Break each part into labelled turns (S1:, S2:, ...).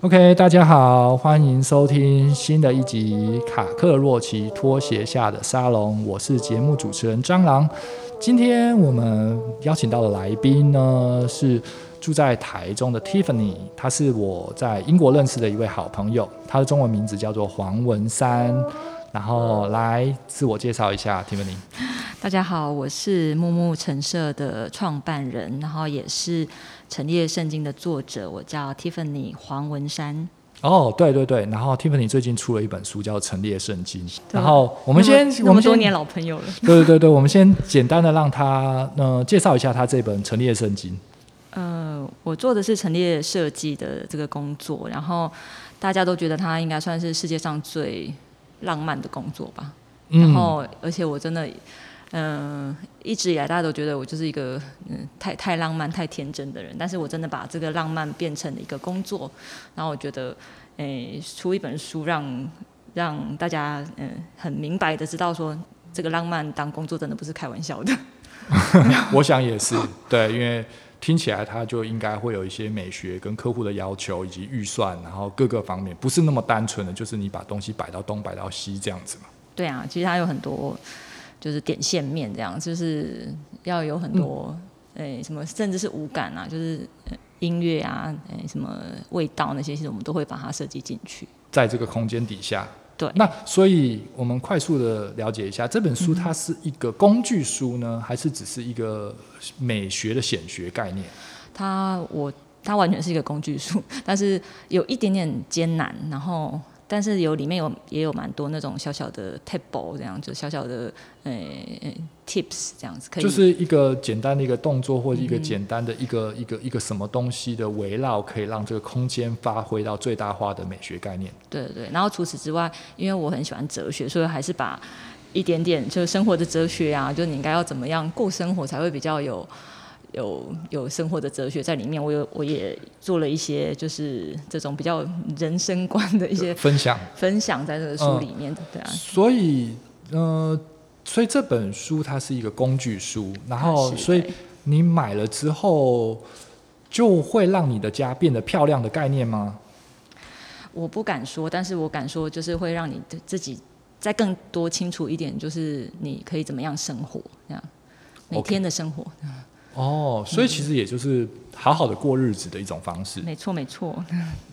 S1: OK，大家好，欢迎收听新的一集《卡克洛奇拖鞋下的沙龙》，我是节目主持人蟑螂。今天我们邀请到的来宾呢是住在台中的 Tiffany，她是我在英国认识的一位好朋友，她的中文名字叫做黄文山。然后来自我介绍一下，Tiffany。
S2: 大家好，我是木木陈社的创办人，然后也是陈列圣经的作者，我叫 Tiffany 黄文山。
S1: 哦，对对对，然后 Tiffany 最近出了一本书叫《陈列圣经》，然后我们先
S2: 那么
S1: 我
S2: 那么
S1: 们先
S2: 多年老朋友了，
S1: 对对对对，我们先简单的让他呃介绍一下他这本《陈列圣经》。
S2: 呃，我做的是陈列设计的这个工作，然后大家都觉得它应该算是世界上最浪漫的工作吧。
S1: 嗯
S2: 然后，而且我真的，嗯、一直以来大家都觉得我就是一个嗯太太浪漫、太天真的人，但是我真的把这个浪漫变成了一个工作，然后我觉得，诶、出一本书让让大家嗯、很明白的知道说，这个浪漫当工作真的不是开玩笑的。
S1: 我想也是，对，因为听起来它就应该会有一些美学跟客户的要求以及预算，然后各个方面不是那么单纯的，就是你把东西摆到东摆到西这样子嘛。
S2: 对啊，其实它有很多就是点线面这样，就是要有很多诶、什么，甚至是五感啊，就是、呃音乐啊，诶、什么味道那些，其实我们都会把它设计进去。
S1: 在这个空间底下。
S2: 对
S1: 那所以我们快速的了解一下这本书，它是一个工具书呢，还是只是一个美学的显学概念？
S2: 它我它完全是一个工具书， 但是有一点点艰难，然后。但是有里面有也有蛮多那种小小的 table 这样，就小小的诶、呃 tips 这样子，可以嗯
S1: 就是一个简单的一个动作，或者一个简单的一个、一个一个什么东西的围绕，可以让这个空间发挥到最大化的美学概念。
S2: 对对对，然后除此之外，因为我很喜欢哲学，所以还是把一点点就是生活的哲学啊，就你应该要怎么样过生活才会比较有有有生活的哲学在里面。我有我也做了一些就是这种比较人生观的一些啊
S1: 分享。
S2: 分享在这个书里面，对啊，
S1: 所以，呃，所以这本书它是一个工具书，然后
S2: 啊它是
S1: 所以
S2: 对
S1: 你买了之后，就会让你的家变得漂亮的概念吗？
S2: 我不敢说，但是我敢说就是会让你自己再更多清楚一点，就是你可以怎么样生活这样。每
S1: OK
S2: 天的生活
S1: 哦，所
S2: 嗯
S1: 以其实也就是好好的过日子的一种方式。
S2: 没错没错。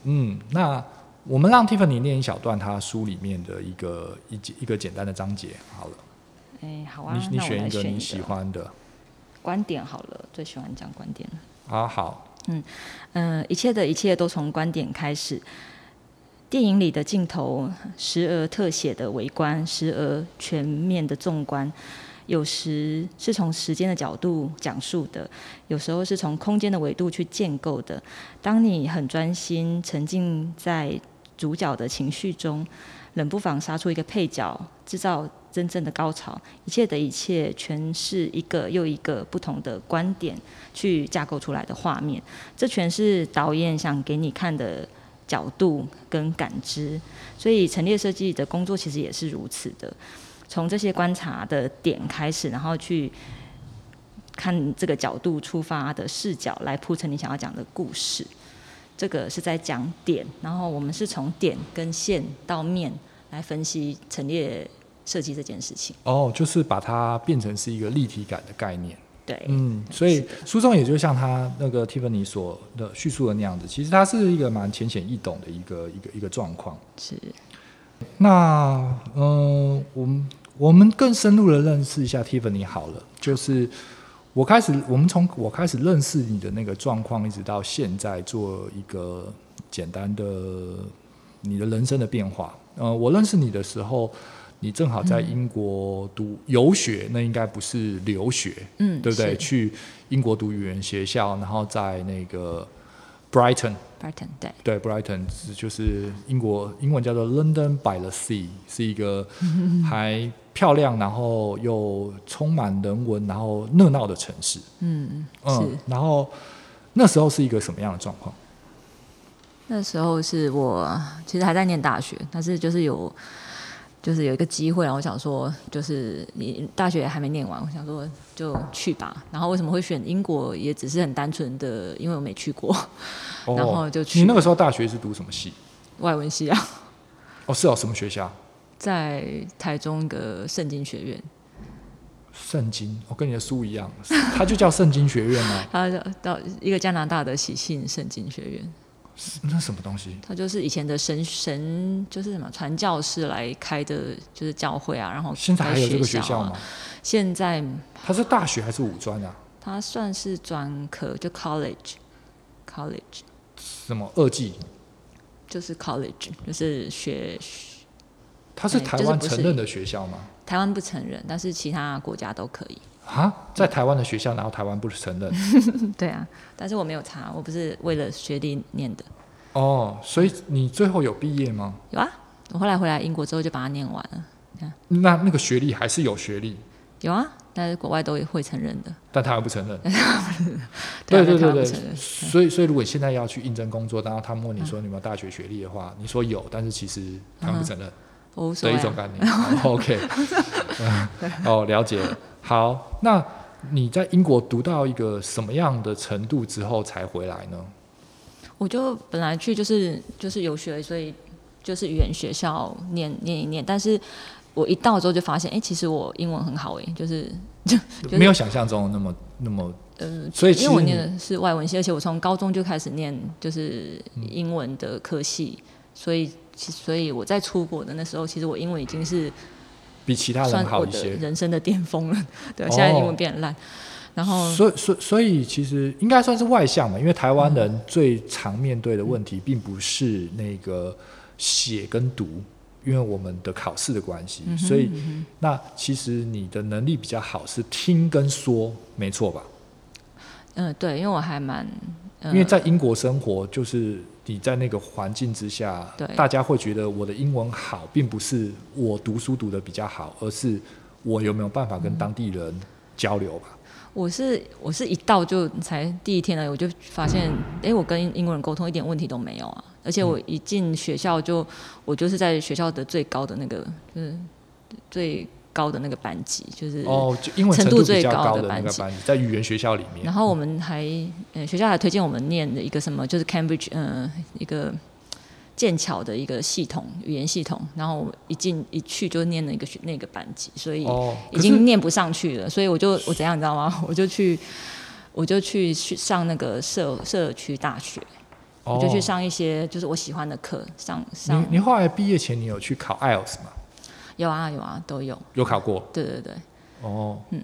S1: 嗯，那我们让 Tiffany 念一小段她书里面的一个一节一个简单的章节好了。
S2: 哎，好啊，
S1: 你你
S2: 那我
S1: 选
S2: 来
S1: 一个
S2: 选
S1: 你喜欢的
S2: 观点好了，最喜欢讲观点了。
S1: 啊，好，
S2: 嗯，一切的一切都从观点开始。电影里的镜头，时而特写的微观，时而全面的纵观，有时是从时间的角度讲述的，有时候是从空间的维度去建构的。当你很专心沉浸在主角的情绪中，冷不防杀出一个配角，制造真正的高潮。一切的一切，全是一个又一个不同的观点去架构出来的画面。这全是导演想给你看的角度跟感知。所以陈列设计的工作其实也是如此的，从这些观察的点开始，然后去看这个角度出发的视角来铺陈你想要讲的故事。这个是在讲点，然后我们是从点跟线到面来分析陈列设计这件事情。
S1: 哦，就是把它变成是一个立体感的概念。
S2: 对，
S1: 嗯，所以书中也就像他那个 Tiffany 所的叙述的那样子，其实它是一个蛮浅显易懂的一个一个一个状况。
S2: 是
S1: 那嗯、呃我们我们更深入的认识一下 Tiffany 好了，就是我开始，我们从我开始认识你的那个状况，一直到现在做一个简单的你的人生的变化。呃，我认识你的时候，你正好在
S2: 嗯
S1: 英国读游学，那应该不是留学，
S2: 嗯
S1: 对不对？
S2: 是
S1: 去英国读语言学校，然后在那个 Brighton。
S2: Barton 对，
S1: 对，Brighton 是就是英国英文叫做 London by the Sea，是一个
S2: 嗯
S1: 还漂亮，然后又充满人文，然后热闹的城市。
S2: 嗯，是
S1: 嗯，然后那时候是一个什么样的状况？
S2: 那时候是我其实还在念大学，但是就是有就是有一个机会，然后我想说，就是你大学还没念完，我想说就去吧。然后为什么会选英国，也只是很单纯的，因为我没去过
S1: 哦
S2: 然后就去
S1: 你那个时候大学是读什么系？
S2: 外文系啊，
S1: 哦，是哦，什么学校？
S2: 在台中一个圣经学院，
S1: 圣经，我、跟你的书一样， 它就叫圣经学院啊吗？
S2: 他到一个加拿大的喜信圣经学院，
S1: 那什么东西？
S2: 他就是以前的神神就是什么传教士来开的，就是教会啊，然后
S1: 现在还有这个
S2: 学
S1: 学校
S2: 啊
S1: 吗？？
S2: 现在
S1: 它是大学还是五专啊？
S2: 它算是专科，就 college college
S1: 什么二技？
S2: 就是 college 就是学
S1: 它是
S2: 对
S1: 台
S2: 哎就是
S1: 湾
S2: 不是
S1: 承认的学校吗？
S2: 台湾不承认，但是其他国家都可以。
S1: 啊，在台湾的学校，然后台湾不承 认
S2: 对啊，但是我没有查，我不是为了学历念的。
S1: 哦，所以你最后有毕业吗？
S2: 有啊，我后来回来英国之后就把它念完了。
S1: 那那个学历还是有学历，
S2: 有啊，但是国外都会承认的。
S1: 但台湾不承 认。
S2: 啊
S1: 对
S2: 台
S1: 对
S2: 湾不
S1: 对
S2: 承认。
S1: 所以所以如果你现在要去应征工作，然后他们问你说你有没有大学学历的话，
S2: 嗯
S1: 你说有，但是其实台湾不承认。
S2: 我无所
S1: 的一
S2: 谓啊、
S1: 种概念。哦 OK，嗯哦，了解了。好，那你在英国读到一个什么样的程度之后才回来呢？
S2: 我就本来去就是就是游学，所以就是语言学校念念一念，但是我一到之后就发现，哎、其实我英文很好、哎，就是就是
S1: 没有想象中那么那么，
S2: 呃
S1: 所以其
S2: 因为我
S1: 实
S2: 念
S1: 你
S2: 的是外文系，而且我从高中就开始念就是英文的科系，所以其所以我在出国的那时候，其实我英文已经是
S1: 比其他人
S2: 算
S1: 好
S2: 我
S1: 一
S2: 的
S1: 些。
S2: 人生的巅峰了。对，
S1: 哦
S2: 现在英文变烂，然后
S1: 所以，所以所以其实应该算是外向嘛，因为台
S2: 嗯
S1: 湾人最常面对的问题并不是那个写跟读，因为我们的考试的关系，
S2: 嗯
S1: 所以那其实你的能力比较好是听跟说，没错吧？
S2: 嗯、呃对，因为我还蛮、呃、
S1: 因为在英国生活，就是你在那个环境之下
S2: 对，
S1: 大家会觉得我的英文好，并不是我读书读的比较好，而是我有没有办法
S2: 嗯
S1: 跟当地人交流吧。
S2: 我是我是一到就才第一天呢，我就发现，哎、我跟英国人沟通一点问题都没有啊！而
S1: 嗯
S2: 且我一进学校就，我就是在学校的最高的那个，就是最高的那个班级，就是。
S1: 哦，就英文程
S2: 程度
S1: 比
S2: 最
S1: 较
S2: 高
S1: 的
S2: 的
S1: 那
S2: 班
S1: 个
S2: 级
S1: 班级，在语言学校里面
S2: 然，后我们还，呃，学校还推荐我们念的一个什么，就是 Cambridge，呃，一个剑桥的一个系统，语言系统。然后我一进一去就念了一个学那个班级，所以
S1: 哦，
S2: 已经念不上去了，所以我就我怎样你知道吗？ 我就去我就去去上那个社社区大学，
S1: 可是
S2: 我就去。上一些就是我喜欢的课，上
S1: 哦
S2: 上
S1: 你你后来毕业前，你有去考 IELTS 吗？
S2: 有啊有啊都有，
S1: 有考过
S2: 对对对，
S1: 哦，嗯，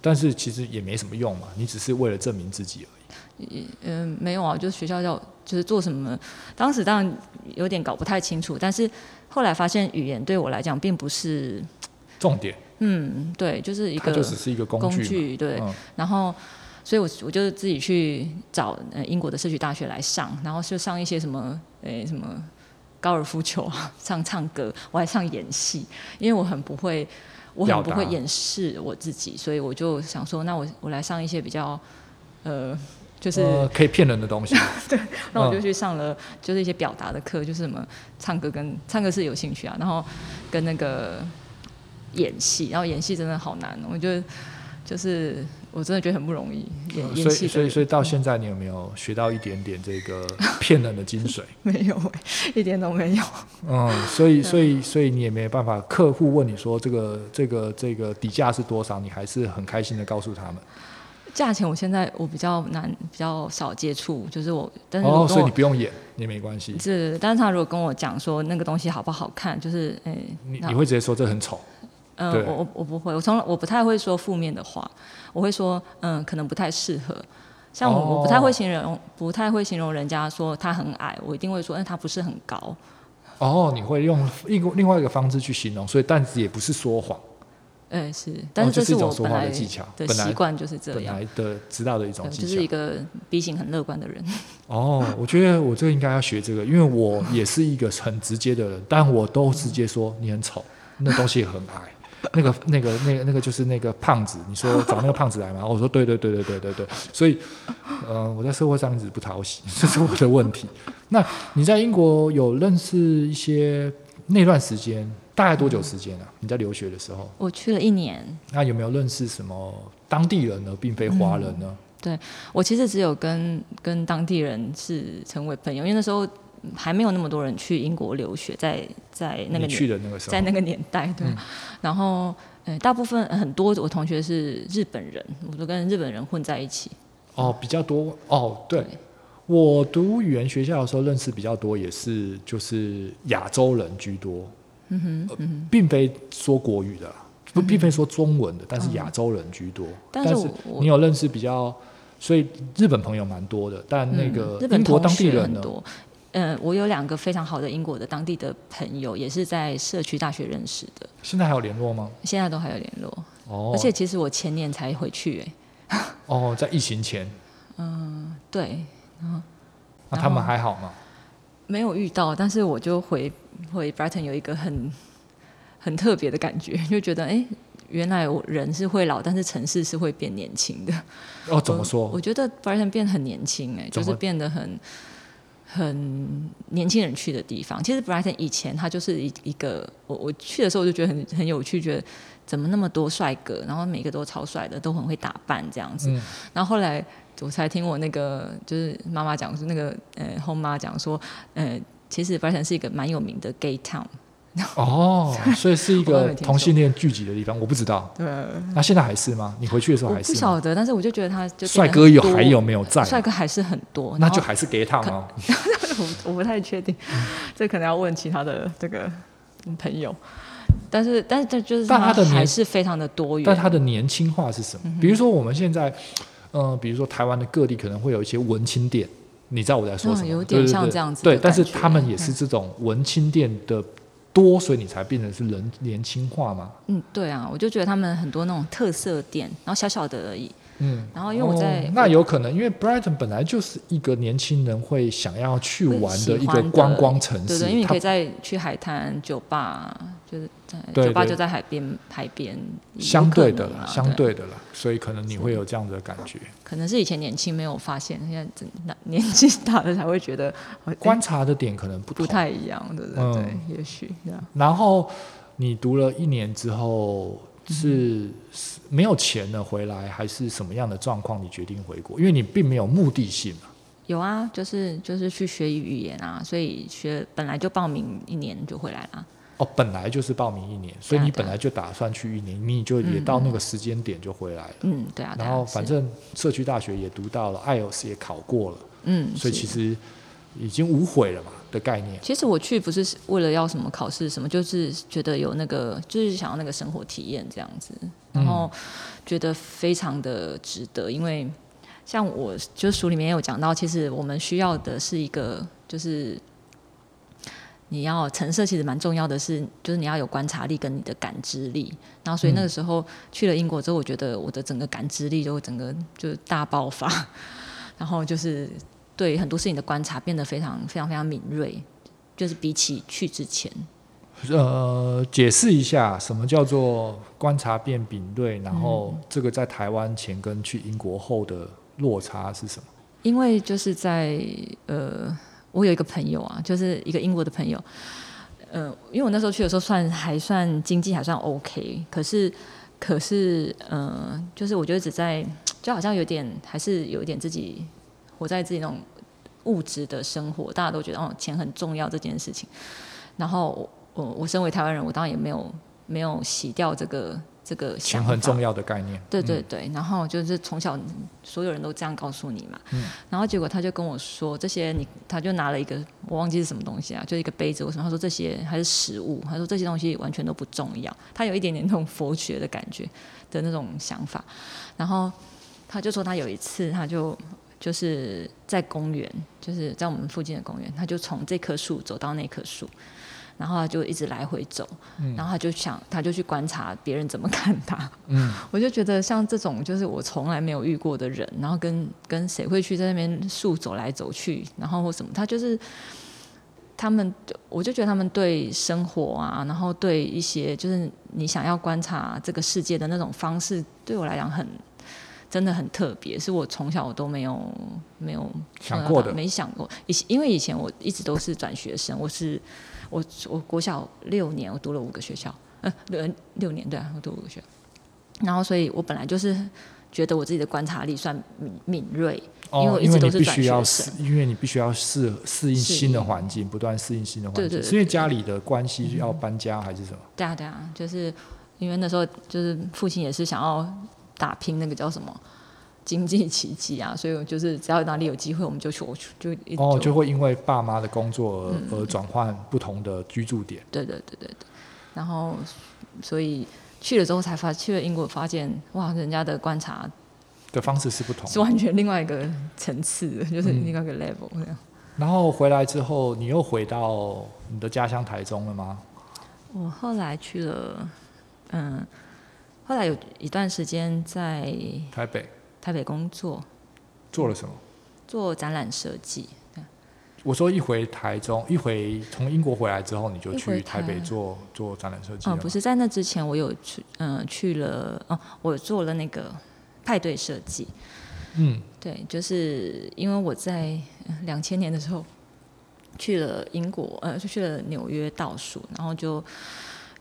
S1: 但是其实也没什么用嘛，你只是为了证明自己而已。
S2: 嗯、没有啊，就学校要就是做什么，当时当然有点搞不太清楚，但是后来发现语言对我来讲并不是，
S1: 重点，
S2: 嗯，对，就是一
S1: 它
S2: 个
S1: 就只是一个工
S2: 工
S1: 具嘛。
S2: 具对，
S1: 嗯
S2: 然后，所以我我就自己去找呃英国的社区大学来上，然后就上一些什么诶、什么高尔夫球啊，上唱歌，我还上演戏，因为我很不会，我
S1: 表
S2: 很
S1: 达
S2: 不会掩饰我自己，所以我就想说，那我我来上一些比较呃，就是、
S1: 呃可以骗人的 东西。
S2: 那
S1: 嗯
S2: 我就去上了就是一些表达的课，就是什么唱歌跟唱歌是有兴趣啊，然后跟那个演戏，然后演戏真的好难哦，我觉得就是我真的觉得很不容易演演
S1: 呃所
S2: 戏
S1: 以，所以，
S2: 的
S1: 所以到现在，你有没有学到一点点这个骗人的精髓？
S2: 没有、欸，一点都没有。
S1: 嗯，所以，所以，所以你也没办法。客户问你说这个、这个、这个底价是多少，你还是很开心的告诉他们。
S2: 价钱我现在我比较难，比较少接触，就是我，但是
S1: 哦，
S2: 我跟
S1: 所以
S2: 我、
S1: 你不用演，也没关系。
S2: 是，但是他如果跟我讲说那个东西好不好看，就是诶、欸
S1: 你
S2: 那
S1: 你会直接说这很丑，
S2: 嗯，
S1: 对
S2: 我我我不会，我从来我不太会说负面的话，我会说嗯，可能不太适合。像我、我不太
S1: 哦
S2: 会形容，不太会形容人家说他很矮，我一定会说，嗯，他不是很高。
S1: 哦，你会用另另外一个方式去形容，所以但也不是说谎，
S2: 嗯，是，但是
S1: 哦这
S2: 这
S1: 是一种
S2: 我
S1: 说
S2: 本
S1: 话的
S2: 来
S1: 技巧
S2: 的
S1: 本来
S2: 习惯就是这
S1: 本
S2: 样，
S1: 来的知道的一种
S2: 啊对，
S1: 技巧。
S2: 就是一个 B 型很乐观的人。
S1: 哦，我觉得我这个应该要学这个，因为我也是一个很直接的人，但我都直接说你很丑，那东西也很矮。那个那个那个那个就是那个胖子，你说找那个胖子来吗？我说对对对对对对对，所以呃我在社会上一直不讨喜，这是我的问题。那你在英国有认识一些那段时间大概多久时间啊？你在留学的时候，
S2: 我去了一年，
S1: 那有没有认识什么当地人呢，并非华人呢？
S2: 我其实只有跟跟当地人是成为朋友，因为那时候还没有那么多人去英国留学，在在那
S1: 你
S2: 个年
S1: 去的那个时候
S2: 在，那个年代，对。
S1: 啊嗯
S2: 然后，呃，大部分很多我同学是日本人，我都跟日本人混在一起。
S1: 哦，比较多哦，对
S2: 嗯对。
S1: 我读语言学校的时候，认识比较多，也是就是亚洲人居多，呃
S2: 嗯哼，嗯哼。嗯
S1: 并非说国语的啦，不，并非说中文的，但是亚洲人居多。
S2: 但是我我
S1: 你有认识比较，所以日本朋友蛮多的，但那个
S2: 嗯、日
S1: 英
S2: 本
S1: 国
S2: 同
S1: 当地
S2: 学
S1: 人
S2: 很
S1: 呢？
S2: 多。嗯，我有两个非常好的英国的当地的朋友，也是在社区大学认识的，
S1: 现在还有联络吗？
S2: 现在都还有联络。
S1: 哦，
S2: 而且其实我前年才回去、哎，
S1: 哦，在疫情前，
S2: 对，
S1: 那
S2: 然
S1: 他们
S2: 后
S1: 还好吗？
S2: 没有遇到，但是我就回回 Brighton 有一个很很特别的感觉，就觉得哎、诶原来我人是会老，但是城市是会变年轻的。
S1: 哦，怎么
S2: 我我
S1: 说？
S2: 觉得 Brighton 变得很年轻，哎，
S1: 怎
S2: 就
S1: 么
S2: 是变得很很年轻人去的地方。其实 Brighton 以前它就是一一个，我我去的时候就觉得很很有趣，觉得怎么那么多帅哥，然后每个都超帅的，都很会打扮这样子。
S1: 嗯
S2: 然后后来我才听我那个就是妈妈讲说，那个呃后妈讲说，呃，其实 Brighton 是一个蛮有名的 gay town。
S1: 哦，所以是一
S2: 我都
S1: 个
S2: 没听说
S1: 同性恋聚集的地方，我不知道。
S2: 对，
S1: 那现在还是吗？你回去的时候
S2: 我
S1: 还
S2: 不
S1: 是吗？
S2: 晓得，但是我就觉得他就变得
S1: 帅
S2: 很
S1: 哥有
S2: 多
S1: 还有没有在啊？
S2: 帅哥还是很多，
S1: 那
S2: 然后
S1: 就还是给他吗？
S2: 我我不太确定，这可能要问其他的这个朋友。但是，但是这就是
S1: 但他的年
S2: 还是非常的多元。
S1: 但它的年轻化是
S2: 嗯
S1: 什么？比如说我们现在，呃，比如说台湾的各地可能会有一些文青店，你知道我在说什么？
S2: 嗯有
S1: 对
S2: 点
S1: 对对
S2: 像这样子的
S1: 对，但是
S2: 感觉嗯
S1: 他们也是这种文青店的多，所以你才变成是人年轻化嘛。
S2: 嗯，对啊，我就觉得他们很多那种特色店，然后小小的而已。
S1: 嗯，
S2: 然后因为我在
S1: 哦那有可能，因为 Brighton 本来就是一个年轻人会想要去
S2: 会
S1: 玩
S2: 喜
S1: 的一个
S2: 欢的
S1: 观光城
S2: 对
S1: 市，
S2: 对，因为你
S1: 它
S2: 可以再去海滩、酒吧，就是在
S1: 对
S2: 酒吧
S1: 对
S2: 就在海边，海边有
S1: 相对
S2: 可
S1: 的
S2: 能
S1: 啦，
S2: 啊
S1: 相对
S2: 对，
S1: 的啦，所以可能你会有这样的感觉。
S2: 可能是以前年轻没有发现，现在真的 年纪大了才会觉得好像
S1: 观察的点可能不同。
S2: 不太一样，对对对，啊
S1: 嗯
S2: 也许这样。
S1: 然后你读了一年之后是是没有钱了回来，还是什么样的状况？你决定回国，因为你并没有目的性嘛。
S2: 有啊，就是就是去学语言啊，所以学本来就报名一年就回来啦。
S1: 哦，本来就是报名一年，
S2: 啊
S1: 所以你本来就打算去一年，你就也到那个时间点就回来了。
S2: 嗯，对啊，对啊
S1: 然后反
S2: 是
S1: 正社区大学也读到了，IELTS 也考过了，
S2: 嗯，
S1: 所以
S2: 是
S1: 其实已经无悔了嘛的概念。
S2: 其实我去不是为了要什么考试什么，就是觉得有那个就是想要那个生活体验这样子，然后觉得非常的值得，因为像我就书里面也有讲到，其实我们需要的是一个就是。你要成色其实蛮重要的是，就是你要有观察力跟你的感知力。然后所以那个时候去了英国之后，我觉得我的整个感知力就整个就大爆发，然后就是对很多事情的观察变得非常非常非常敏锐，就是比起去之前，
S1: 呃，解释一下什么叫做观察变敏锐，然后
S2: 嗯
S1: 这个在台湾前跟去英国后的落差是什么？
S2: 因为就是在呃，我有一个朋友啊，就是一个英国的朋友，呃，因为我那时候去的时候算还算经济还算 OK，可是可是呃，就是我觉得只在就好像有点还是有一点自己活在自己那种物质的生活，大家都觉得哦钱很重要这件事情，然后我我我身为台湾人，我当然也没有没有洗掉这个这个
S1: 钱
S2: 想法
S1: 很重要的概念。
S2: 对
S1: 嗯
S2: 对对，然后就是从小所有人都这样告诉你嘛，
S1: 嗯
S2: 然后结果他就跟我说这些你，他就拿了一个我忘记是什么东西啊，就一个杯子或什么，他说这些还是食物，他说这些东西完全都不重要，他有一点点那种佛学的感觉的那种想法，然后他就说他有一次他就就是在公园，就是在我们附近的公园，他就从这棵树走到那棵树。然后他就一直来回走，然后他就想，他就去观察别人怎么看他，
S1: 嗯，
S2: 我就觉得像这种就是我从来没有遇过的人，然后跟跟谁会去在那边树走来走去，然后或什么，他就是他们，我就觉得他们对生活啊，然后对一些就是你想要观察这个世界的那种方式，对我来讲很真的很特别，是我从小我都没有没有
S1: 想过的
S2: 没想过。以因为以前我一直都是转学生，我是我我国小六年我读了五个学校，呃六六年对、啊，我读五个学校，然后所以我本来就是觉得我自己的观察力算敏敏锐，
S1: 哦，
S2: 因为我一直都
S1: 你
S2: 是
S1: 必
S2: 转
S1: 须
S2: 学
S1: 要
S2: 生
S1: 适，，因为你必须要适适应
S2: 适应
S1: 新的环境，不断适应新的环
S2: 对
S1: 境，
S2: 对嗯
S1: 是因为家里的关系要搬家还是什么？
S2: 对啊，对啊，就是因为那时候就是父亲也是想要打拼那个叫什么经济奇迹啊，所以我就是只要哪里有机会，我们就去，我去就一嗯
S1: 哦，
S2: 就
S1: 就会因为爸妈的工作而而转换不同的居住点。
S2: 对对对对对，然后所以去了之后才发去了英国发现哇，人家的观察
S1: 的方式是不同
S2: 是
S1: 的。
S2: 完全另外一个层次的，就是
S1: 嗯
S2: 另外一个 level 这样。
S1: 然后回来之后，你又回到你的家乡台中了吗？
S2: 我后来去了，嗯，后来有一段时间在
S1: 台北
S2: 台北工作，
S1: 做了什么？
S2: 做展览设计。
S1: 我说一回台中，一回从英国回来之后，你就
S2: 一
S1: 去
S2: 回
S1: 台
S2: 台
S1: 北做做展览设计了
S2: 嗯，
S1: 吗
S2: 不是在那之前，我有去，嗯、去了，哦、我做了那个派对设计。
S1: 嗯，
S2: 对，就是因为我在两千年的时候去了英国，呃，就去了纽约倒数，然后就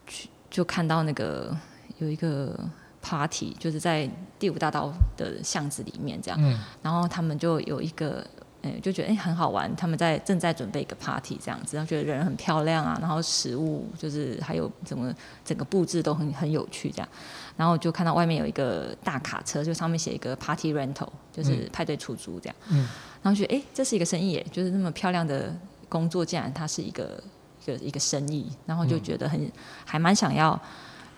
S2: 去就看到那个有一个 party，就是在第五大道的巷子里面这样，
S1: 嗯
S2: 然后他们就有一个。呃就觉得哎、很好玩，他们在正在准备一个 party 这样子，然后觉得人很漂亮啊，然后食物就是还有怎么整个布置都很很有趣这样，然后就看到外面有一个大卡车，就上面写一个 party rental，就是派对出租这样，
S1: 嗯
S2: 然后觉得哎、这是一个生意耶，就是那么漂亮的工作，竟然它是一个一个一个生意，然后就觉得很、还蛮想要，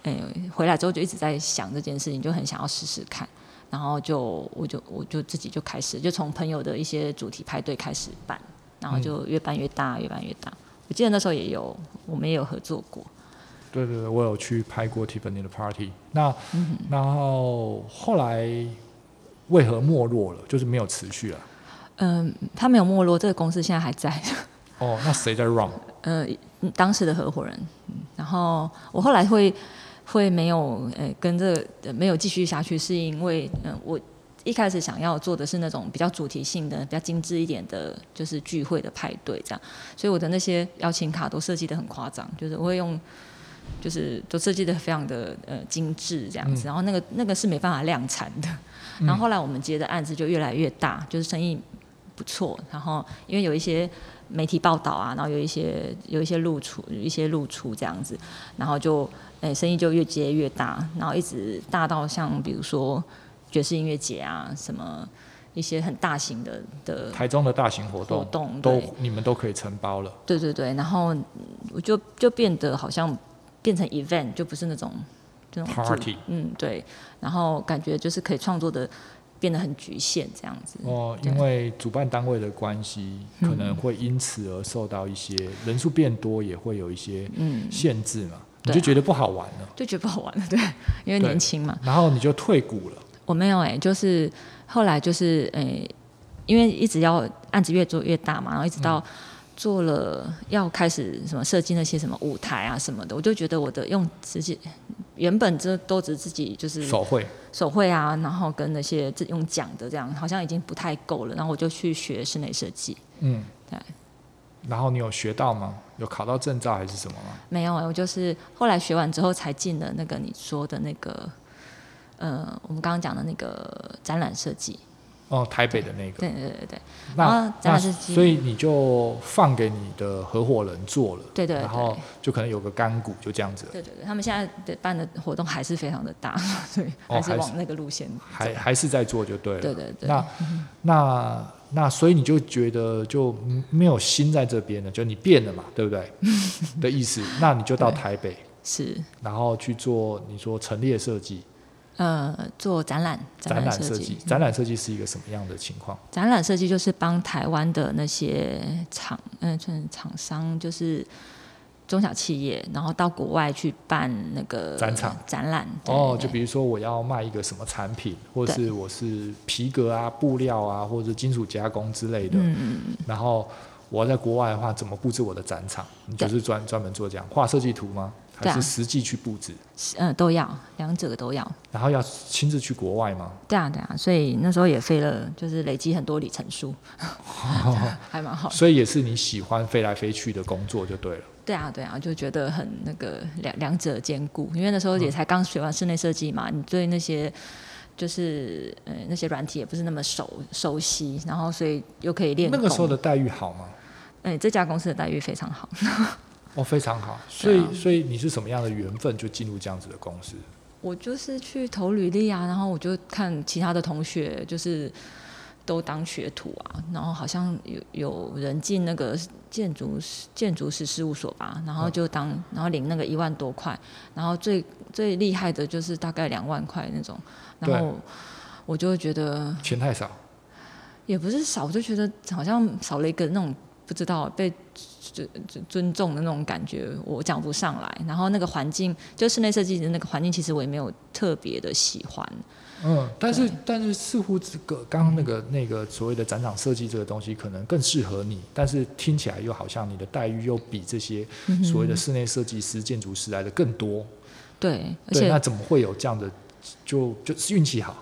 S2: 哎、回来之后就一直在想这件事情，就很想要试试看。然后就我就我就自己就开始，就从朋友的一些主题派对开始办，然后就越办越大，越办越大。我记得那时候也有我们也有合作过，
S1: 对对对，我有去拍过 Tiffany 的 party 那。
S2: 嗯
S1: 然后后来为何没落了？就是没有持续了。
S2: 嗯，他没有没落，这个公司现在还在。
S1: 哦，那谁在 run？
S2: 呃，嗯当时的合伙人。嗯然后我后来会会没有呃跟这个、呃没有继续下去，是因为嗯、呃我一开始想要做的是那种比较主题性的、比较精致一点的，就是聚会的派对这样。所以我的那些邀请卡都设计的很夸张，就是我会用。就是都设计的非常的呃精致这样
S1: 嗯
S2: 子，然后那个那个是没办法量产的，然后后来我们接的案子就越来越大，就是生意不错，然后因为有一些媒体报道啊，然后有一些有一些露出，有一些露出这样子，然后就诶、生意就越接越大，然后一直大到像比如说爵士音乐节啊，什么一些很大型的的
S1: 台中的大型活动
S2: 活动
S1: 都
S2: 对
S1: 你们都可以承包了。
S2: 对对对，然后嗯我就就变得好像变成 event，就不是那种这种主
S1: Party
S2: 嗯对，然后感觉就是可以创作的变得很局限这样子，
S1: 哦，
S2: 嗯对嗯
S1: 因为主办单位的关系，可能会因此而受到一些、人数变多，也会有一些
S2: 嗯，
S1: 限制嘛，你
S2: 对啊
S1: 就觉得不好玩了，
S2: 就觉得不好玩了，对，因为
S1: 对
S2: 年轻嘛，
S1: 然后你就退股了。
S2: 我没有哎、就是后来就是哎、因为一直要案子越做越大嘛，然后一直
S1: 嗯
S2: 到做了要开始什么设计那些什么舞台啊什么的，我就觉得我的用自己原本这都只是自己就是
S1: 手绘，
S2: 手绘啊，然后跟那些自用讲的这样，好像已经不太够了。然后我就去学室内设计，
S1: 嗯，
S2: 对。
S1: 然后你有学到吗？有考到证照还是什么吗？
S2: 没有，啊我就是后来学完之后才进了那个你说的那个，呃，我们刚刚讲的那个展览设计。
S1: 哦，台北的那个，
S2: 对对对对然
S1: 那
S2: 后展
S1: 那
S2: 览设计
S1: 所以你就放给你的合伙人做了，
S2: 对对对
S1: 然后就可能有个干股，就这样子了，
S2: 对对对，他们现在的办的活动还是非常的大，所以
S1: 哦
S2: 还是
S1: 还是
S2: 往那个路线走。
S1: 哦还还是在做就对了。
S2: 对对对，嗯
S1: 那那那，所以你就觉得就嗯没有心在这边了，就你变了嘛，对不 对？的意思，那你就到台北，
S2: 是
S1: 然后去做你说陈列设计、
S2: 呃做展览
S1: 展览
S2: 览
S1: 设
S2: 设
S1: 计。展览设计是一个什么样的情况？
S2: 展览设计就是帮台湾的那些厂，嗯、就是厂商，就是中小企业，然后到国外去办那个
S1: 展场
S2: 展览。对
S1: 哦，
S2: 对
S1: 就比如说我要卖一个什么产品，或者
S2: 对
S1: 是我是皮革啊、布料啊，或者是金属加工之类的，
S2: 嗯嗯嗯，
S1: 然后我要在国外的话，怎么布置我的展场？你就
S2: 对
S1: 是专专门做这样画设计图吗？还
S2: 对啊
S1: 是实际去布置？
S2: 嗯、都要，两者都要。
S1: 然后要亲自去国外吗？
S2: 对啊，对啊，所以那时候也飞了，就是累积很多里程 数，还蛮好的。
S1: 所以也是你喜欢飞来飞去的工作就对了。
S2: 对啊，对啊，就觉得很那个两两者兼顾，因为那时
S1: 嗯
S2: 候也才刚学完室内设计嘛，你对那些就是呃那些软体也不是那么熟熟悉，然后所以又可以练
S1: 那
S2: 功。
S1: 个时候的待遇好吗？
S2: 哎、这家公司的待遇非常好。
S1: 哦，非常好。所
S2: 对
S1: 以
S2: 啊，
S1: 所以你是什么样的缘分就进入这样子的公司？
S2: 我就是去投履历啊，然后我就看其他的同学就是都当学徒啊，然后好像有有人进那个建筑师建筑师事务所吧，然后就当然后领那个一万多块，然后最最厉害的就是大概两万块那种，
S1: 对
S2: 然后我就会觉得
S1: 钱太少，
S2: 也不是少，我就觉得好像少了一个那种不知道被尊尊尊重的那种感觉，我讲不上来。然后那个环境，就室内设计的那个环境，其实我也没有特别的喜欢。
S1: 嗯，但是但是似乎这个刚刚那个那个所谓的展场设计这个东西，可能更适合你，但是听起来又好像你的待遇又比这些
S2: 嗯
S1: 所谓的室内设计师、建筑师来的更多。
S2: 对，而
S1: 对，那
S2: 且
S1: 怎么会有这样的？就就是运气好，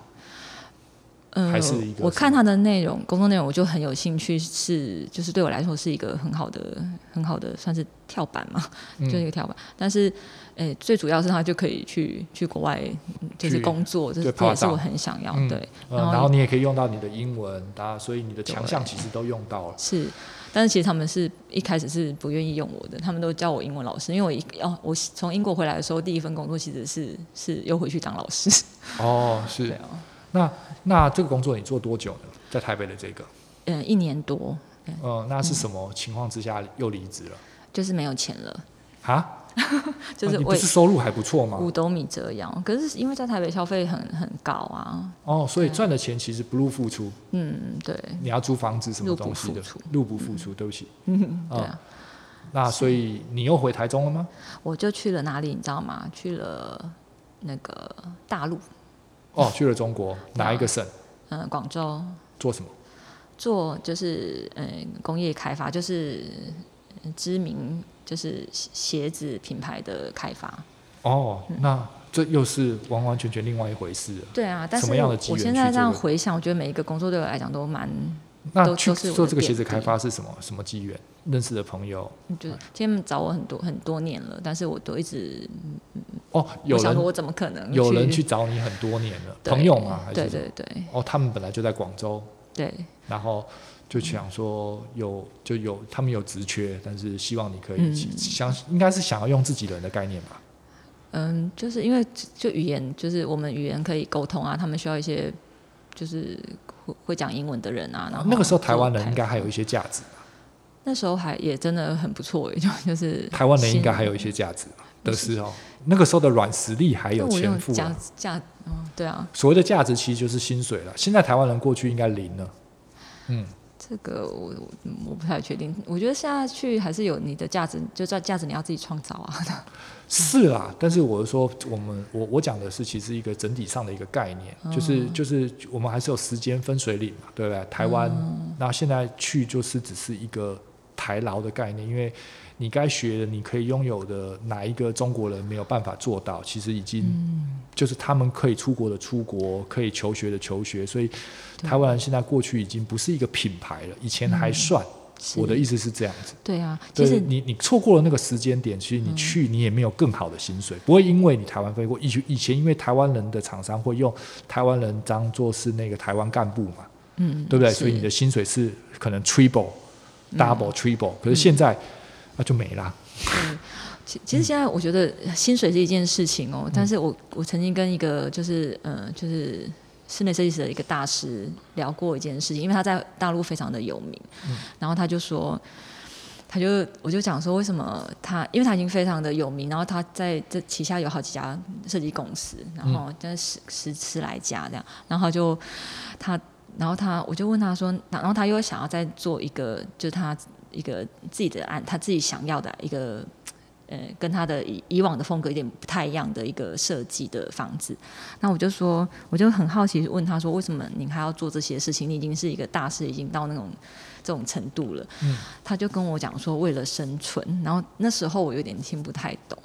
S2: 嗯
S1: 还是一个
S2: 我
S1: 什
S2: 看
S1: 么
S2: 他的内容，工作内容我就很有兴趣，是就是对我来说是一个很好的、很好的算是跳板嘛，
S1: 嗯
S2: 就是一个跳板。但是，诶、最主要是他就可以去去国外，嗯就是
S1: 去
S2: 工作，这
S1: 对
S2: 是这也
S1: 爬
S2: 是
S1: 岛
S2: 我很想要。
S1: 嗯
S2: 对，
S1: 呃，
S2: 然后
S1: 然后你也可以用到你的英文，啊，所以你的强项
S2: 对
S1: 其实都用到了。
S2: 是，但是其实他们是一开始是不愿意用我的，他们都叫我英文老师，因为我一哦，我从英国回来的时候，第一份工作其实是是又回去当老 师，
S1: 哦，
S2: 对
S1: 是。
S2: 啊，
S1: 那那这个工作你做多久呢？在台北的这个，
S2: 嗯，一年多
S1: 呃，那是什么情况之下又离职了？
S2: 就是没有钱了，
S1: 啊？
S2: 就是
S1: 啊你
S2: 我
S1: 不
S2: 也
S1: 是收入还不错吗？
S2: 五斗米折腰，可是因为在台北消费很很高啊，
S1: 哦，所以赚的钱其实不入付出，
S2: 嗯，对，
S1: 你要租房子什么东西的
S2: 入不敷，
S1: 入不敷出，对不起。哦
S2: 嗯， 对啊，
S1: 那所以你又回台中了 吗？
S2: 我就去了哪里，你知道吗？去了那个大陆，
S1: 哦，去了中国哪一个省
S2: 嗯，广州，
S1: 做什么？
S2: 做就是嗯工业开发，就是呃知名就是鞋鞋子品牌的开发。
S1: 哦，
S2: 嗯
S1: 那这又是完完全全另外一回事了。
S2: 对啊，但
S1: 什
S2: 是
S1: 么样的机
S2: 我
S1: 缘
S2: 现
S1: 去
S2: 在
S1: 这
S2: 这样
S1: 个
S2: 回想，我觉得每一个工作对我来讲都蛮
S1: 那
S2: 都
S1: 去
S2: 都是我的
S1: 做这个鞋子
S2: 点滴
S1: 开发是什么什么机缘？认识的朋友
S2: 就是他们找我很多很多年了，但是我都一直
S1: 哦，有
S2: 我想说
S1: 人
S2: 我怎么可能
S1: 有人去找你很多年了，
S2: 对
S1: 朋友嘛还是
S2: 对
S1: 什么
S2: 对对
S1: 哦，他们本来就在广州，
S2: 对
S1: 然后就想说有就有他们有职缺，但是希望你可以一起
S2: 嗯
S1: 想应该是想要用自己人的概念吧。
S2: 嗯，就是因为就就语言，就是我们语言可以沟通啊，他们需要一些就是会会讲英文的人啊，然后
S1: 那个时候台湾人
S2: 做
S1: 应该还有一些价值，
S2: 那时候还也真的很不错欸耶，就就是
S1: 台湾人应该
S2: 新
S1: 还有一些价值的时候，那个时候的软实力还有
S2: 那我
S1: 钱
S2: 用
S1: 付
S2: 价
S1: 啊。
S2: 价，嗯，对啊，
S1: 所谓的价值其实就是薪水了。现在台湾人过去应该零了，嗯，
S2: 这个我我嗯我不太确定。我觉得现在去还是有你的价值，就在价值你要自己创造啊。
S1: 是啦。但是我是说，我们我我讲的是其实一个整体上的一个概念，就是就是我们还是有时间分水岭嘛，对不对？台湾，那、现在去就是只是一个台劳的概念，因为你该学的、你可以拥有的，哪一个中国人没有办法做到？其实已经、就是他们可以出国的出国，可以求学的求学，所以台湾人现在过去已经不是一个品牌了，以前还算。
S2: 是
S1: 我的意思是这样子，
S2: 对啊，其
S1: 对
S2: 实嗯
S1: 你你错过了那个时间点，其实你去你也没有更好的薪水，不会因为你台湾飞过以前以前因为台湾人的厂商会用台湾人当做是那个台湾干部嘛，
S2: 嗯，
S1: 对不对？
S2: 是嗯
S1: 所以你的薪水是可能 triple、double、triple，可是现在、啊就没啦。
S2: 其其实现在我觉得薪水是一件事情哦，但是我我曾经跟一个就是呃就是室内设计师的一个大师聊过一件事情，因为他在大陆非常的有名，然后他就说。他就我就讲说，为什么他，因为他已经非常的有名，然后他在这旗下有好几家设计公司，然后但是十十十来家这样，然后他就他，然后他我就问他说，然后他又想要再做一个，就是他一个自己的案，他自己想要的一个呃，跟他的以以往的风格有点不太一样的一个设计的房子。那我就说，我就很好奇问他说，为什么你还要做这些事情？你已经是一个大师，已经到那种这种程度了。
S1: 嗯
S2: 他就跟我讲说，为了生存。然后那时候我有点听不太懂。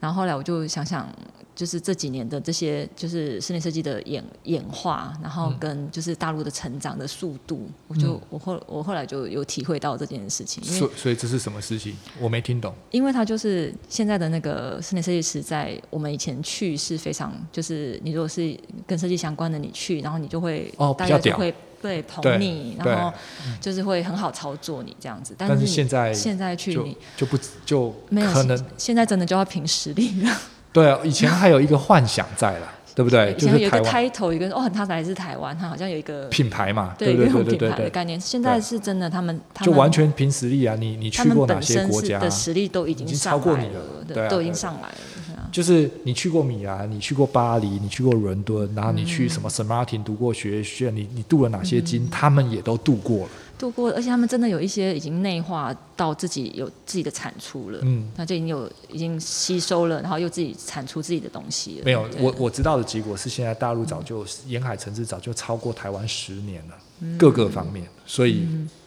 S2: 然后后来我就想想，就是这几年的这些，就是室内设计的演演化，然后
S1: 嗯
S2: 跟就是大陆的成长的速度，我就、
S1: 嗯
S2: 我后我后来就有体会到这件事情，因为
S1: 所所以这是什么事情？我没听懂。
S2: 因为它就是现在的那个室内设计师，在我们以前去是非常，就是你如果是跟设计相关的，你去，然后你就会
S1: 哦
S2: 大
S1: 比较
S2: 家就
S1: 屌
S2: 会对捧
S1: 对
S2: 你，
S1: 对
S2: 然后就是会很好操作你这样子。但
S1: 但是
S2: 你
S1: 现在
S2: 现在去
S1: 就
S2: 你
S1: 就不就
S2: 没有
S1: 可能
S2: 现现在真的就要凭实力了。
S1: 对啊，以 前还有一个幻想在啦，对不对？
S2: 以
S1: 就
S2: 前有
S1: 是
S2: 一
S1: 台
S2: 个
S1: 湾
S2: title，一个哦，他来自台湾，他好像有一个
S1: 品牌嘛，对
S2: 对一
S1: 对
S2: 个
S1: 对
S2: 品
S1: 对
S2: 牌的
S1: 对，
S2: 概念。现在
S1: 对
S2: 是真的，他们他
S1: 就
S2: 们
S1: 完全凭实力啊！你你
S2: 他
S1: 去
S2: 们
S1: 过哪
S2: 本
S1: 些
S2: 身
S1: 国
S2: 是
S1: 家啊
S2: 的？实力都已
S1: 已
S2: 经
S1: 经
S2: 上
S1: 超过
S2: 来
S1: 你了
S2: 了，
S1: 对啊
S2: 对，都已
S1: 对
S2: 经
S1: 啊
S2: 上来了。对啊
S1: 就是你去过米兰，你去过巴黎，你去过伦敦，然后你去什么 s a m a r t i n 读过学院，你你镀了哪些金，他们也都镀过了。
S2: 度过，而且他们真的有一些已经内化到自己有自己的产出了，
S1: 嗯，
S2: 那就已经有已经吸收了，然后又自己产出自己的东西了。
S1: 没有，
S2: 对
S1: 我我知道的结果是，现在大陆早就沿海城市早就超过台湾十年了，各个方面，所以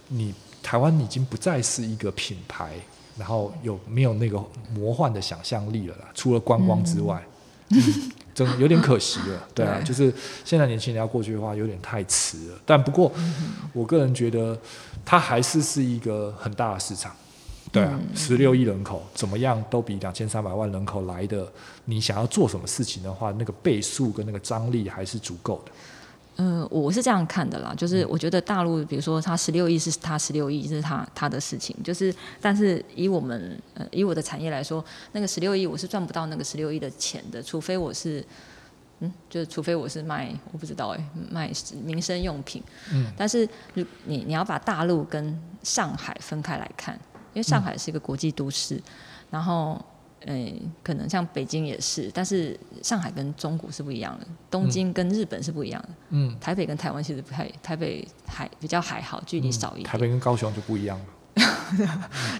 S1: 你台湾已经不再是一个品牌，然后有没有那个魔幻的想象力了啦？除了观光之外，嗯真的有点可惜了。对啊，
S2: 对
S1: 就是现在年轻人要过去的话，有点太迟了。但不过，我个人觉得它还是是一个很大的市场。对啊，十六亿人口怎么样都比两千三百万人口来的，你想要做什么事情的话，那个倍数跟那个张力还是足够的。
S2: 嗯，我是这样看的啦，就是我觉得大陆，比如说他十六亿是他十六亿，这是他他的事情，就是但是以我们呃以我的产业来说，那个十六亿我是赚不到那个十六亿的钱的，除非我是。嗯，就是除非我是卖，我不知道哎、卖民生用品。
S1: 嗯，
S2: 但是如你你要把大陆跟上海分开来看，因为上海是一个国际都市，然后嗯、可能像北京也是，但是上海跟中国是不一样的，东京跟日本是不一样的。
S1: 嗯，
S2: 台北跟台湾其实不太，台北还比较还好，距离嗯少一
S1: 嗯台
S2: 点。
S1: 北跟高雄就不一样了。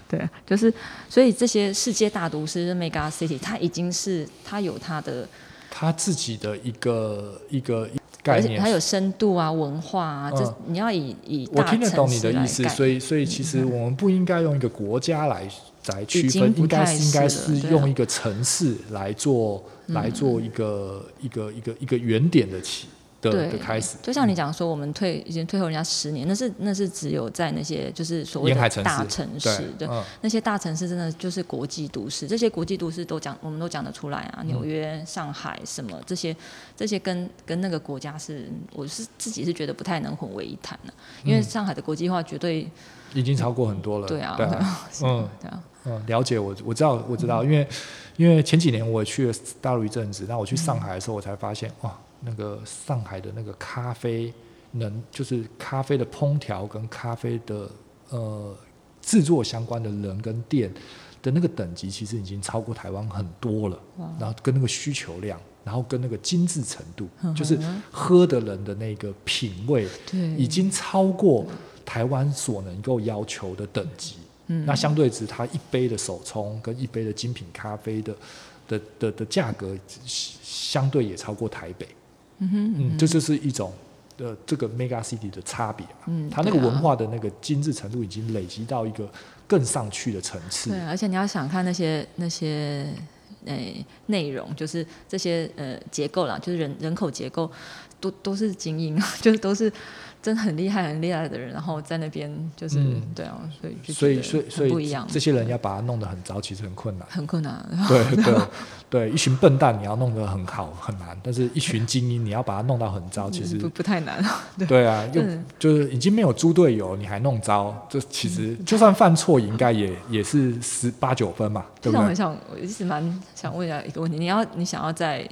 S2: 对，就是所以这些世界大都市 mega city，它已经是它有它的，
S1: 他自己的一个一个概
S2: 而且
S1: 念
S2: 它，有深度啊、文化啊，这、
S1: 嗯
S2: 你要以以
S1: 我
S2: 大
S1: 听
S2: 城
S1: 得
S2: 市
S1: 懂你的意思，
S2: 来嗯
S1: 所以所以其实我们不应该用一个国家来来区
S2: 已经
S1: 分，
S2: 不
S1: 应该
S2: 太
S1: 是应该
S2: 是
S1: 是
S2: 了对啊
S1: 用一个城市来做
S2: 嗯
S1: 来做一个一个一个一个原点的起的
S2: 对
S1: 的开始。嗯
S2: 就像你讲说，我们退已经退后人家十年，那是那是只有在那些就是所谓
S1: 沿海
S2: 的
S1: 城市
S2: 大城市，
S1: 对，嗯
S2: 那些大城市真的就是国际都市，这些国际都市都讲，我们都讲得出来
S1: 嗯
S2: 啊，纽约、上海什么这些，这些跟跟那个国家是，我是自己是觉得不太能混为一谈的、因
S1: 嗯
S2: 为上海的国际化绝对
S1: 已经超过很多了。
S2: 对啊，
S1: 对啊，
S2: 是的
S1: 嗯
S2: 对啊，
S1: 嗯，了解，我我知道，我知道，因为因为前几年我去了大陆一阵子，那我去上海的时候，我才发现哇，那个上海的那个咖啡能就是咖啡的烹调跟咖啡的呃制作相关的人跟店的那个等级，其实已经超过台湾很多了，然后跟那个需求量。然后跟那个精致程度，就是喝的人的那个品味，已
S2: 对，
S1: 经超过台湾所能够要求的等级。
S2: 嗯
S1: 那相对值，它一杯的手冲跟一杯的精品咖啡的的的的价格，相对也超过台北。
S2: 嗯哼，
S1: 嗯，这就是一种呃这个 mega city 的差别嘛。
S2: 嗯
S1: 它那个
S2: 对啊
S1: 文化的那个精致程度已经累积到一个更上去的层次
S2: 对。啊，而且你要想看那些那些。诶，内容就是这些呃结构啦，就是人人口结构，都都是精英，啊 就是都是真的很厉害、很厉害的人，然后在那边就是、
S1: 嗯
S2: 对啊，所以就
S1: 所以，
S2: 觉得
S1: 所以，
S2: 很
S1: 所以
S2: 不一样，
S1: 这些人要把它弄得很糟，其实很困难。
S2: 很困难。
S1: 对对对，一群笨蛋你要弄得很好很难，但是一群精英你要把它弄到很糟，其实
S2: 嗯不不太难，
S1: 对啊，又
S2: 嗯
S1: 就是已经没有猪队友，你还弄糟，这其实
S2: 嗯
S1: 就算犯错，也应该也也是十八九分嘛，对
S2: 就
S1: 不
S2: 像我很
S1: 对？
S2: 想，我一直蛮想问一下一个问题：你要你想要在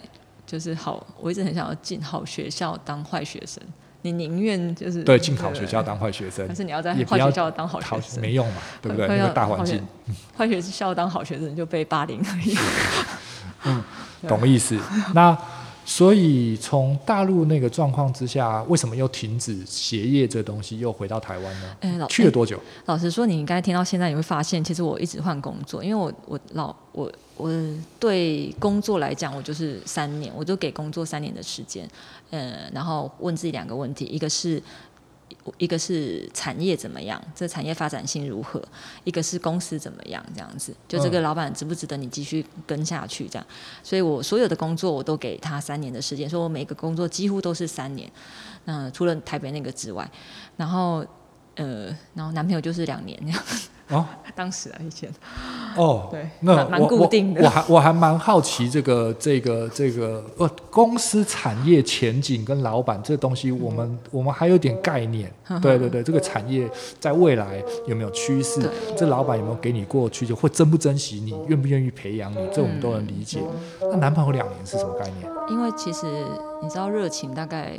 S2: 就是好，我一直很想要进好学校当坏学生，你宁愿就是
S1: 对，进好学，
S2: 对
S1: 校当坏学生
S2: 还，是你要在
S1: 也不
S2: 坏
S1: 要
S2: 学校当好学生？
S1: 没用嘛，对不对？
S2: 会
S1: 那
S2: 要
S1: 个大环境，
S2: 坏学校当好学生就被霸凌而已。
S1: 懂意思？那所以从大陆那个状况之下，为什么又停止鞋业这东西，又回到台湾呢？
S2: 哎、老
S1: 去了多久？
S2: 老实说，你应该听到现在，你会发现，其实我一直换工作，因为我我老我我对工作来讲，我就是三年，我就给工作三年的时间，呃，然后问自己两个问题，一个是。一个是产业怎么样，这产业发展性如何；一个是公司怎么样，这样子，就这个老板值不值得你继续跟下去这样。所以我所有的工作我都给他三年的时间，所以我每个工作几乎都是三年，嗯、除了台北那个之外，然后呃，然后男朋友就是两年那样，
S1: 哦
S2: 当时啊以前，
S1: 哦，
S2: 对
S1: 那
S2: 蛮蛮
S1: 我
S2: 固定的
S1: 我我还我还蛮好奇这个这个这个呃公司产业前景跟老板这东西，我们、我们还有点概念。
S2: 嗯
S1: 对对对，这个产业在未来有没有趋势
S2: 对？
S1: 这老板有没有给你过去就会珍不珍惜你，愿不愿意培养你？这我们都能理解。
S2: 嗯
S1: 那男朋友两年是什么概念？
S2: 因为其实你知道热情大概